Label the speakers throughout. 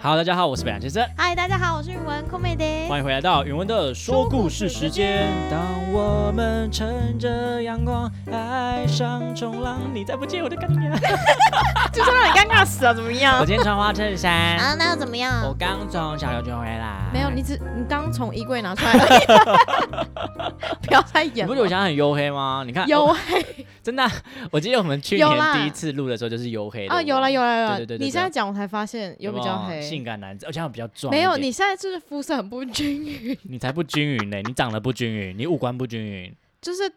Speaker 1: Hello，大家好，我是北岸先生，
Speaker 2: 嗨，大家好，我是宇文空美的。
Speaker 1: 欢迎回来到云文的说故事时间。当我们乘着阳光爱上冲浪，你再不接我就干你 娘！
Speaker 2: 啊就算让你尴尬死了，怎么
Speaker 1: 我
Speaker 2: 样？
Speaker 1: 今天穿花衬衫，
Speaker 2: 啊，那又怎么
Speaker 1: 我
Speaker 2: 样？
Speaker 1: 刚从小琉球回来。
Speaker 2: 没有，你只你刚从衣柜拿 出来而已，不要再
Speaker 1: 你
Speaker 2: 演
Speaker 1: 不觉得我
Speaker 2: 了。
Speaker 1: 现在很黝黑吗？你看，
Speaker 2: 有
Speaker 1: 我
Speaker 2: 哎，
Speaker 1: 真的 啊、我记得我们去
Speaker 2: 有
Speaker 1: 年
Speaker 2: 啦
Speaker 1: 第一次录的时候就是黝哦黑的
Speaker 2: 啊，有了有了有了
Speaker 1: 对对对对，对
Speaker 2: 你现在讲我才发现有
Speaker 1: 有
Speaker 2: 比较
Speaker 1: 没有性
Speaker 2: 黑，
Speaker 1: 感男子，而且他比较壮一
Speaker 2: 没
Speaker 1: 点。
Speaker 2: 有，你现在就是肤色很不均匀，
Speaker 1: 你才不均匀呢，你长得不均匀，你五官不均匀。
Speaker 2: 就是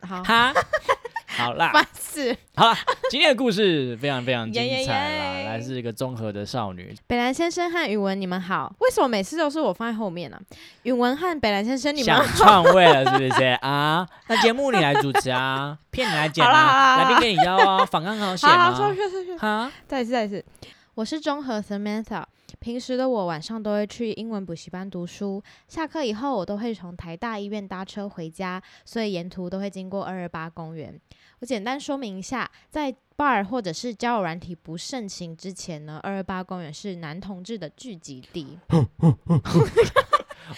Speaker 2: 好
Speaker 1: 哈， 好啦，
Speaker 2: 哦烦死。
Speaker 1: 好啦，今天的故事非常非常精
Speaker 2: 耶耶
Speaker 1: 彩啦，
Speaker 2: 耶
Speaker 1: 来自一个综合的少女，
Speaker 2: 北兰先生和宇文，你们好。为什么每次都是我放在后面呢？啊宇文和北兰先生，你们
Speaker 1: 想啊
Speaker 2: 好。
Speaker 1: 篡位了是不是啊？那节目你来主持 啊，片你来剪
Speaker 2: 好啦好
Speaker 1: 啊，
Speaker 2: 啦好
Speaker 1: 来
Speaker 2: 啦
Speaker 1: 宾给你邀啊，反抗好险
Speaker 2: 好好，
Speaker 1: 啊
Speaker 2: 说。说说说。
Speaker 1: 哈，
Speaker 2: 再一次，再一次。我是中和 Samantha。平时的我晚上都会去英文补习班读书，下课以后我都会从台大医院搭车回家，所以沿途都会经过二二八公园。我简单说明一下，在 bar 或者是交友软体不盛行之前呢，二二八公园是男同志的聚集地。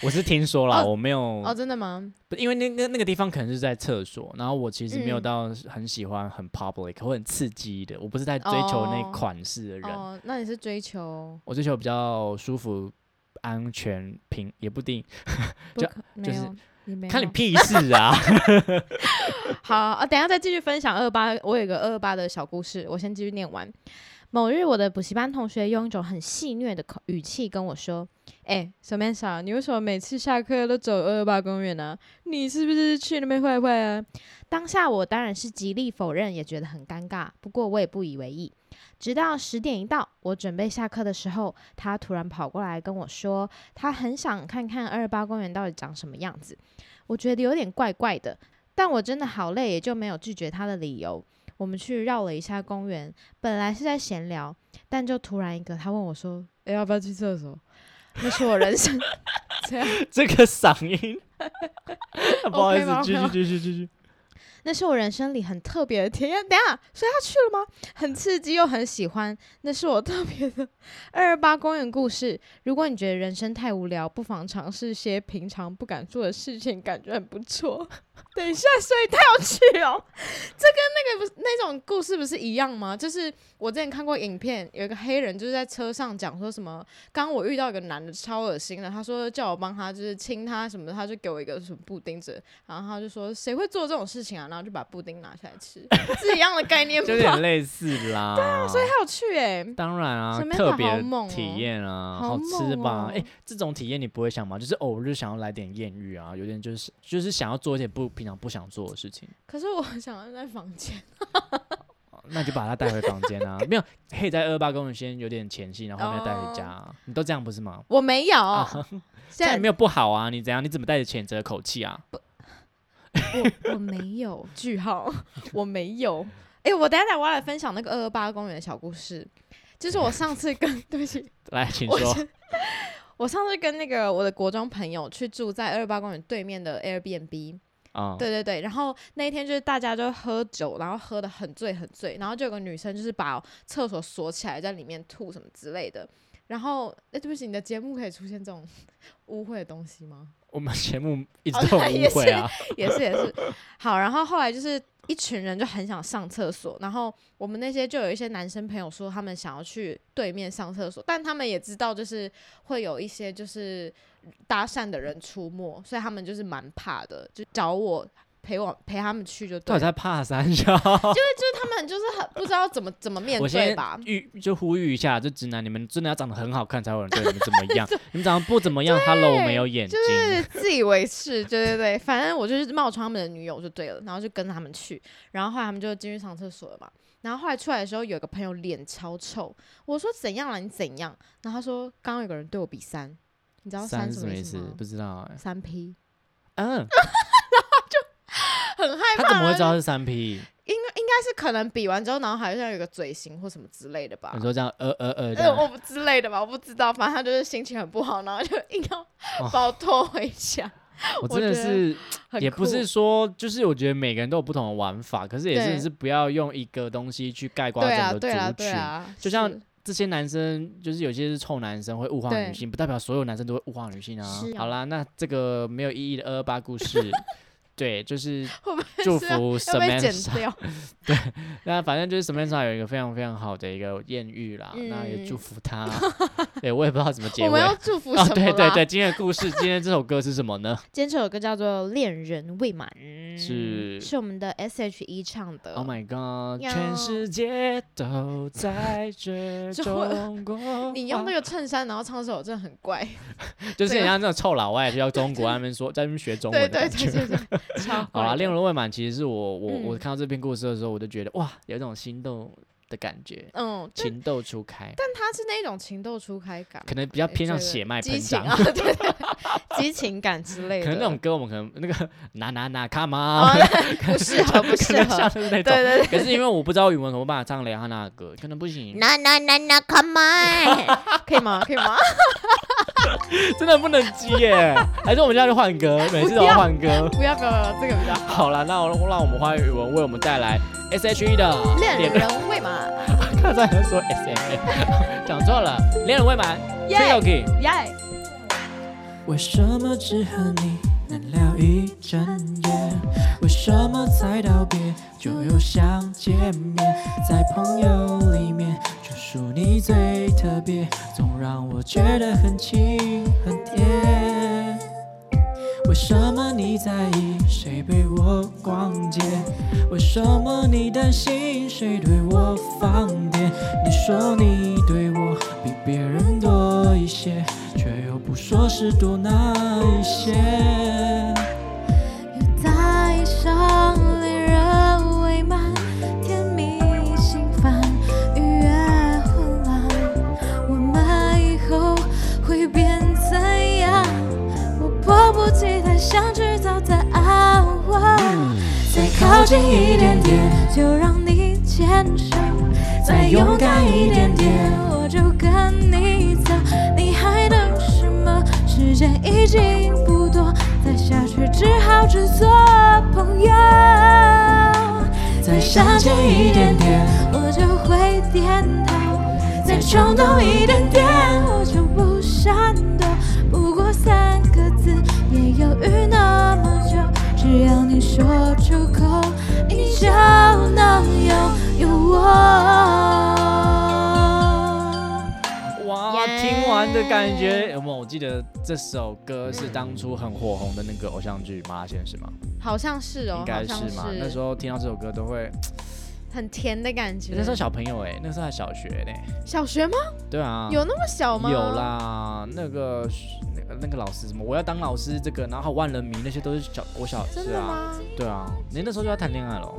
Speaker 1: 我是听说了，
Speaker 2: 哦
Speaker 1: 我没有
Speaker 2: 哦，真的吗？
Speaker 1: 不，因为那个那个地方可能是在厕所，然后我其实没有
Speaker 2: 嗯
Speaker 1: 到很喜欢很 public 或很刺激的，我不是在追求那
Speaker 2: 哦
Speaker 1: 款式的人，
Speaker 2: 哦，那你是追求
Speaker 1: 我追求比较舒服、安全、平，也不定，
Speaker 2: 不
Speaker 1: 就
Speaker 2: 可
Speaker 1: 就
Speaker 2: 没
Speaker 1: 是
Speaker 2: 有？你没有
Speaker 1: 看你屁事啊！
Speaker 2: 好啊，等一下再继续分享二八，我有一个二八的小故事，我先继续念完。某日，我的补习班同学用一种很戏谑的口语气跟我说：“哎、小 m a n s a 你为什么每次下课都走二二八公园呢、你是不是去那边坏坏啊？”当下我当然是极力否认，也觉得很尴尬，不过我也不以为意。直到十点一到，我准备下课的时候，他突然跑过来跟我说，他很想看看二二八公园到底长什么样子。我觉得有点怪怪的，但我真的好累，也就没有拒绝他的理由。我们去绕了一下公园，本来是在闲聊，但就突然一个他问我说：“哎、要不要去厕所？” 那是我人生这样，
Speaker 1: 这个嗓音， 不好意
Speaker 2: OK 吗
Speaker 1: 思，继续
Speaker 2: OK 吗
Speaker 1: 继续继 续。
Speaker 2: 那是我人生里很特别的体验。等一下，所以他去了吗？很刺激又很喜欢，那是我特别的二二八公园故事。如果你觉得人生太无聊，不妨尝试些平常不敢做的事情，感觉很不错。等一下，所以太有趣哦！这跟那个不是那种故事不是一样吗？就是我之前看过影片，有一个黑人就是在车上讲说什么，刚我遇到一个男的超恶心的，他说叫我帮他就是亲他什么的，他就给我一个什么布丁子，然后他就说谁会做这种事情啊？然后就把布丁拿下来吃，是一样的概念
Speaker 1: 就有
Speaker 2: 吧
Speaker 1: 点？类似 啦。对啊，所以
Speaker 2: 太有趣哎、
Speaker 1: 当然啊，
Speaker 2: Samantha
Speaker 1: 特别
Speaker 2: 好猛哦
Speaker 1: 体验啊，
Speaker 2: 好
Speaker 1: 吃
Speaker 2: 猛
Speaker 1: 吧？
Speaker 2: 哦
Speaker 1: 哎、这种体验你不会想吗？就是哦，我就想要来点艳遇啊，有点就是就是想要做一点不平常不想做的事情，
Speaker 2: 可是我想要在房间，
Speaker 1: 哦那你就把他带回房间啊。没有，可以在二八公园先有点前戏，然后后面再带回家啊、
Speaker 2: 哦
Speaker 1: 你都这样不是吗？
Speaker 2: 我没有，
Speaker 1: 这
Speaker 2: 啊 现
Speaker 1: 样也
Speaker 2: 在
Speaker 1: 没有不好啊，你怎样？你怎么带着谴责的口气啊？
Speaker 2: 我我没有句号， 我没有。哎、我等一下来我要来分享那个二二八公园的小故事，就是我上次跟 对不起，
Speaker 1: 来，请
Speaker 2: 我
Speaker 1: 说。
Speaker 2: 我上次跟那个我的国中朋友去住在二二八公园对面的 Airbnb，
Speaker 1: 啊、
Speaker 2: 对对对，然后那一天就是大家就喝酒，然后喝的很醉很醉，然后就有个女生就是把厕所锁起来，在里面吐什么之类的。然后，哎，对不起，你的节目可以出现这种 污秽的东西吗？
Speaker 1: 我们节目一直
Speaker 2: 哦
Speaker 1: 都很误
Speaker 2: 对也
Speaker 1: 会
Speaker 2: 是
Speaker 1: 啊。
Speaker 2: 也是也是。好，然后后来就是一群人就很想上厕所，然后我们那些就有一些男生朋友说他们想要去对面上厕所，但他们也知道就是会有一些就是搭讪的人出没，所以他们就是蛮怕的，就找我陪我陪他们去就
Speaker 1: 到
Speaker 2: 对
Speaker 1: 底在
Speaker 2: 了。
Speaker 1: 怕三 小？
Speaker 2: 他们就是很不知道怎么怎么面
Speaker 1: 我
Speaker 2: 对
Speaker 1: 先
Speaker 2: 吧。
Speaker 1: 预就呼吁一下，就直男，你们真的要长得很好看才会有人对你们怎 么样。你们长得不怎么样，Hello，我们有眼睛。
Speaker 2: 就是自以为是，对对对，反正我 就是冒充他们的女友就对了，然后就跟着他们去，然后后来他们就进去上厕所了嘛，然后后来出来的时候，有个朋友脸超臭，我说怎样了你怎样，然后他说刚刚有个人对我比三，你知道
Speaker 1: 三是
Speaker 2: 三什
Speaker 1: 什么意
Speaker 2: 意
Speaker 1: 思
Speaker 2: 思？吗？
Speaker 1: 不知道哎、
Speaker 2: 三 P，
Speaker 1: 嗯，
Speaker 2: 很害
Speaker 1: 他怎么会知道是三 P？
Speaker 2: 应该应啊该是可能比完之后，然后好像有个嘴型或什么之类的吧
Speaker 1: 你。说这样呃呃呃这
Speaker 2: 呃，
Speaker 1: 样，
Speaker 2: 我不之类的吧，我不知道，反正他就是心情很不好，然后就硬
Speaker 1: 哦
Speaker 2: 要把我拖回家，
Speaker 1: 我
Speaker 2: 我
Speaker 1: 真的
Speaker 2: 觉得
Speaker 1: 是
Speaker 2: 很
Speaker 1: 也不
Speaker 2: 酷
Speaker 1: 是说，就是我觉得每个人都有不同的玩法，可是也真的
Speaker 2: 对
Speaker 1: 是不要用一个东西去概括
Speaker 2: 对啊，
Speaker 1: 整
Speaker 2: 对啊，
Speaker 1: 个族
Speaker 2: 对
Speaker 1: 群。
Speaker 2: 啊，
Speaker 1: 就像
Speaker 2: 是
Speaker 1: 这些男生就是有些是臭男生会物化
Speaker 2: 对
Speaker 1: 女性，不代表所有男生都会物化女性啊
Speaker 2: 是。啊
Speaker 1: 好啦，那这个没有意义的二二八故 事，对，就是
Speaker 2: 会不会
Speaker 1: 祝
Speaker 2: 是要
Speaker 1: 福
Speaker 2: 要被 剪
Speaker 1: Samantha。
Speaker 2: 掉？
Speaker 1: 那反正就是 Samantha 有一个非常非常好的一个艳遇啦，那也祝
Speaker 2: 嗯
Speaker 1: 福她。 对我也不知道怎么结
Speaker 2: 我们
Speaker 1: 尾
Speaker 2: 要。祝福什
Speaker 1: 哦，
Speaker 2: 么啦？
Speaker 1: 对对对，今天的故事，今天这首歌是什么 呢？
Speaker 2: 今天这首歌叫做《恋人未满》，
Speaker 1: 是
Speaker 2: 是我哦们的 S.H.E 唱的。
Speaker 1: Oh my god！
Speaker 2: 要
Speaker 1: 全世界都在 这
Speaker 2: 中
Speaker 1: 中国话。
Speaker 2: 你用那个衬衫，然后唱这首，真的很怪。
Speaker 1: 就是
Speaker 2: 这
Speaker 1: 很
Speaker 2: 个
Speaker 1: 像那种臭老外，就到中国那边说，在那边学中
Speaker 2: 啊对
Speaker 1: 文的
Speaker 2: 对
Speaker 1: 感
Speaker 2: 对
Speaker 1: 觉。
Speaker 2: 对对，超
Speaker 1: 好啦，
Speaker 2: 怪的
Speaker 1: 《恋人未满》其实是我我我
Speaker 2: 嗯
Speaker 1: 看到这篇故事的时候，我就觉得哇，有一种心动的感觉，
Speaker 2: 嗯，但
Speaker 1: 情窦初开，
Speaker 2: 他是那种情窦初开感，
Speaker 1: 可能比较
Speaker 2: 对
Speaker 1: 偏向
Speaker 2: 对对
Speaker 1: 血脉
Speaker 2: 激
Speaker 1: 喷
Speaker 2: 情
Speaker 1: 张
Speaker 2: 啊，。 对对，对激情感之类的。
Speaker 1: 可能那种歌我们可能那个 哪哪哪卡
Speaker 2: 哦
Speaker 1: 嘛，
Speaker 2: 那不适合，不
Speaker 1: 可
Speaker 2: 适
Speaker 1: 能像是
Speaker 2: 合。
Speaker 1: 那
Speaker 2: 对
Speaker 1: 种。
Speaker 2: 对对。
Speaker 1: 可是因为我不知道语文可不可以帮他唱蕾哈娜的歌，可能不行，
Speaker 2: 那那那那，Come on，可以吗？可以吗？
Speaker 1: 真的不能激耶。还是我们现在就换歌，每次都要换歌。
Speaker 2: 不要不要不要，这个比较好。
Speaker 1: 好了，那我让我们欢迎语文为我们带来 S H E 的
Speaker 2: 恋人未满，
Speaker 1: 他在说 S M A，讲 错了，恋人未满 c h i l
Speaker 2: 耶
Speaker 1: k i
Speaker 2: 耶！
Speaker 3: 为什么只和你能聊一整夜？为什么才道别就又想见面？在朋友里面，就属你最特别，总让我觉得很亲很甜。为什么你在意谁陪我逛街？为什么你担心谁对我放电？你说你对我比别人多一些，却又不说是多那一些。
Speaker 4: 又戴上恋人未满，甜蜜心烦，愉悦混乱。我们以后会变怎样？我迫不及待想知道答案。我
Speaker 3: 再靠近一点点，
Speaker 4: 就让你牵手，
Speaker 3: 再勇敢一点点，
Speaker 4: 我就跟你走。你还等什么？时间已经不多，再下去只好只做朋友。
Speaker 3: 再相见一点点，
Speaker 4: 我就会点头；再冲动一点点，我就不闪躲。不过三个字，别犹豫那么久，只要你说出口，你就能拥有我。
Speaker 1: 哇，听完的感觉有没有？我记得这首歌是当初很火红的那个偶像剧《麻辣鲜师》吗？
Speaker 2: 好像是哦，
Speaker 1: 应
Speaker 2: 好
Speaker 1: 该
Speaker 2: 像
Speaker 1: 是嘛。那时候听到这首歌都会，
Speaker 2: 很甜的感觉。
Speaker 1: 那时候小朋友哎，那时候还小学呢。
Speaker 2: 小学吗？
Speaker 1: 对啊，
Speaker 2: 有那么小吗？
Speaker 1: 有。啦，那个那个那个老师什么，我要当老师这个，然后还有万人迷那些都是小我小
Speaker 2: 真
Speaker 1: 是
Speaker 2: 的
Speaker 1: 啊，
Speaker 2: 吗？
Speaker 1: 对啊，你那时候就要谈恋爱了。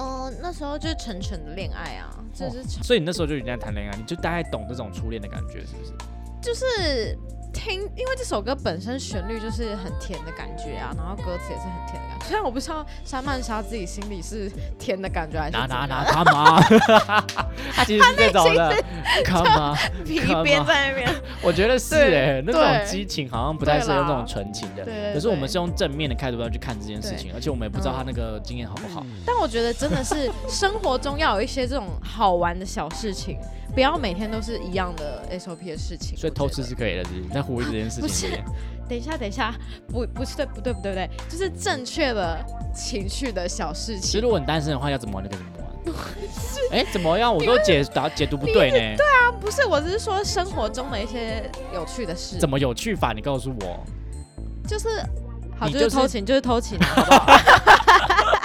Speaker 2: 嗯，那时候就是纯纯的恋爱啊，就
Speaker 1: 哇
Speaker 2: 是
Speaker 1: 所以你那时候就已经在谈恋爱，你就大概懂这种初恋的感觉，是 不是？
Speaker 2: 就是听，因为这首歌本身旋律就是很甜的感觉啊，然后歌词也是很甜的感觉。虽然我不知道莎曼莎自己心里是甜的感觉还是
Speaker 1: 拿
Speaker 2: 怎么
Speaker 1: 拿
Speaker 2: 样
Speaker 1: 拿 他妈，他 其实是这种的，干嘛？
Speaker 2: 皮
Speaker 1: 干
Speaker 2: 鞭
Speaker 1: 嘛
Speaker 2: 在那边，
Speaker 1: 我觉得是
Speaker 2: 对
Speaker 1: 哎、那种
Speaker 2: 对
Speaker 1: 激情好像不太适合
Speaker 2: 对啦
Speaker 1: 那种纯情的
Speaker 2: 对。对
Speaker 1: 可是我们
Speaker 2: 对
Speaker 1: 是用正面的态度要去看这件事情，而且我们也不知道他
Speaker 2: 嗯
Speaker 1: 那个经验好不好。
Speaker 2: 但我觉得真的是生活中要有一些这种好玩的小事情，不要每天都是一样的 SOP 的事情。
Speaker 1: 所以
Speaker 2: 我
Speaker 1: 偷
Speaker 2: 觉
Speaker 1: 吃
Speaker 2: 得
Speaker 1: 是可以的，是不是？你在呼吁这件事
Speaker 2: 不
Speaker 1: 情
Speaker 2: 是
Speaker 1: 里面。
Speaker 2: 等一下，等一下， 不，不是对，不对，不对，不对，就是正确的情绪的小事
Speaker 1: 其实
Speaker 2: 情
Speaker 1: 如。果你单身的话，要怎么玩就跟怎么玩。哎、怎么样？我都解答解读不对呢？
Speaker 2: 啊，不是，我只是说生活中的一些有趣的事，
Speaker 1: 怎么有趣法？你告诉我。
Speaker 2: 就是好，
Speaker 1: 你
Speaker 2: 就是
Speaker 1: 就是
Speaker 2: 偷情，就是偷 情啊，好不好？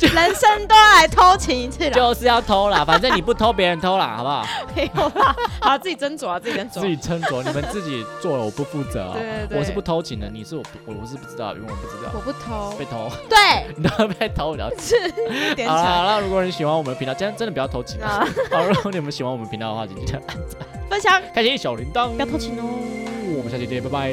Speaker 2: 人生都要来偷情一次了，
Speaker 1: 就是要偷 啦，反正你不偷，别人偷啦，好不好？
Speaker 2: 没有啦，好，自己斟酌啊，自己斟
Speaker 1: 自
Speaker 2: 酌。
Speaker 1: 己斟酌，你们自己做了，我不负责、哦。
Speaker 2: 对对对
Speaker 1: 我是不偷情的，你是我不，我我是不知道，因为我不知
Speaker 2: 我
Speaker 1: 道
Speaker 2: 不偷，
Speaker 1: 被偷，
Speaker 2: 对，
Speaker 1: 你都被偷了解。
Speaker 2: 一点
Speaker 1: 好啦，
Speaker 2: 起
Speaker 1: 好啦如果你喜欢我们的频道，真真的不要偷情。
Speaker 2: 啊，
Speaker 1: 好，如果你们喜欢我们频道的话，请记得
Speaker 2: 分享
Speaker 1: 开启小铃铛
Speaker 2: 不要，偷情哦。
Speaker 1: 我们下期见，拜拜。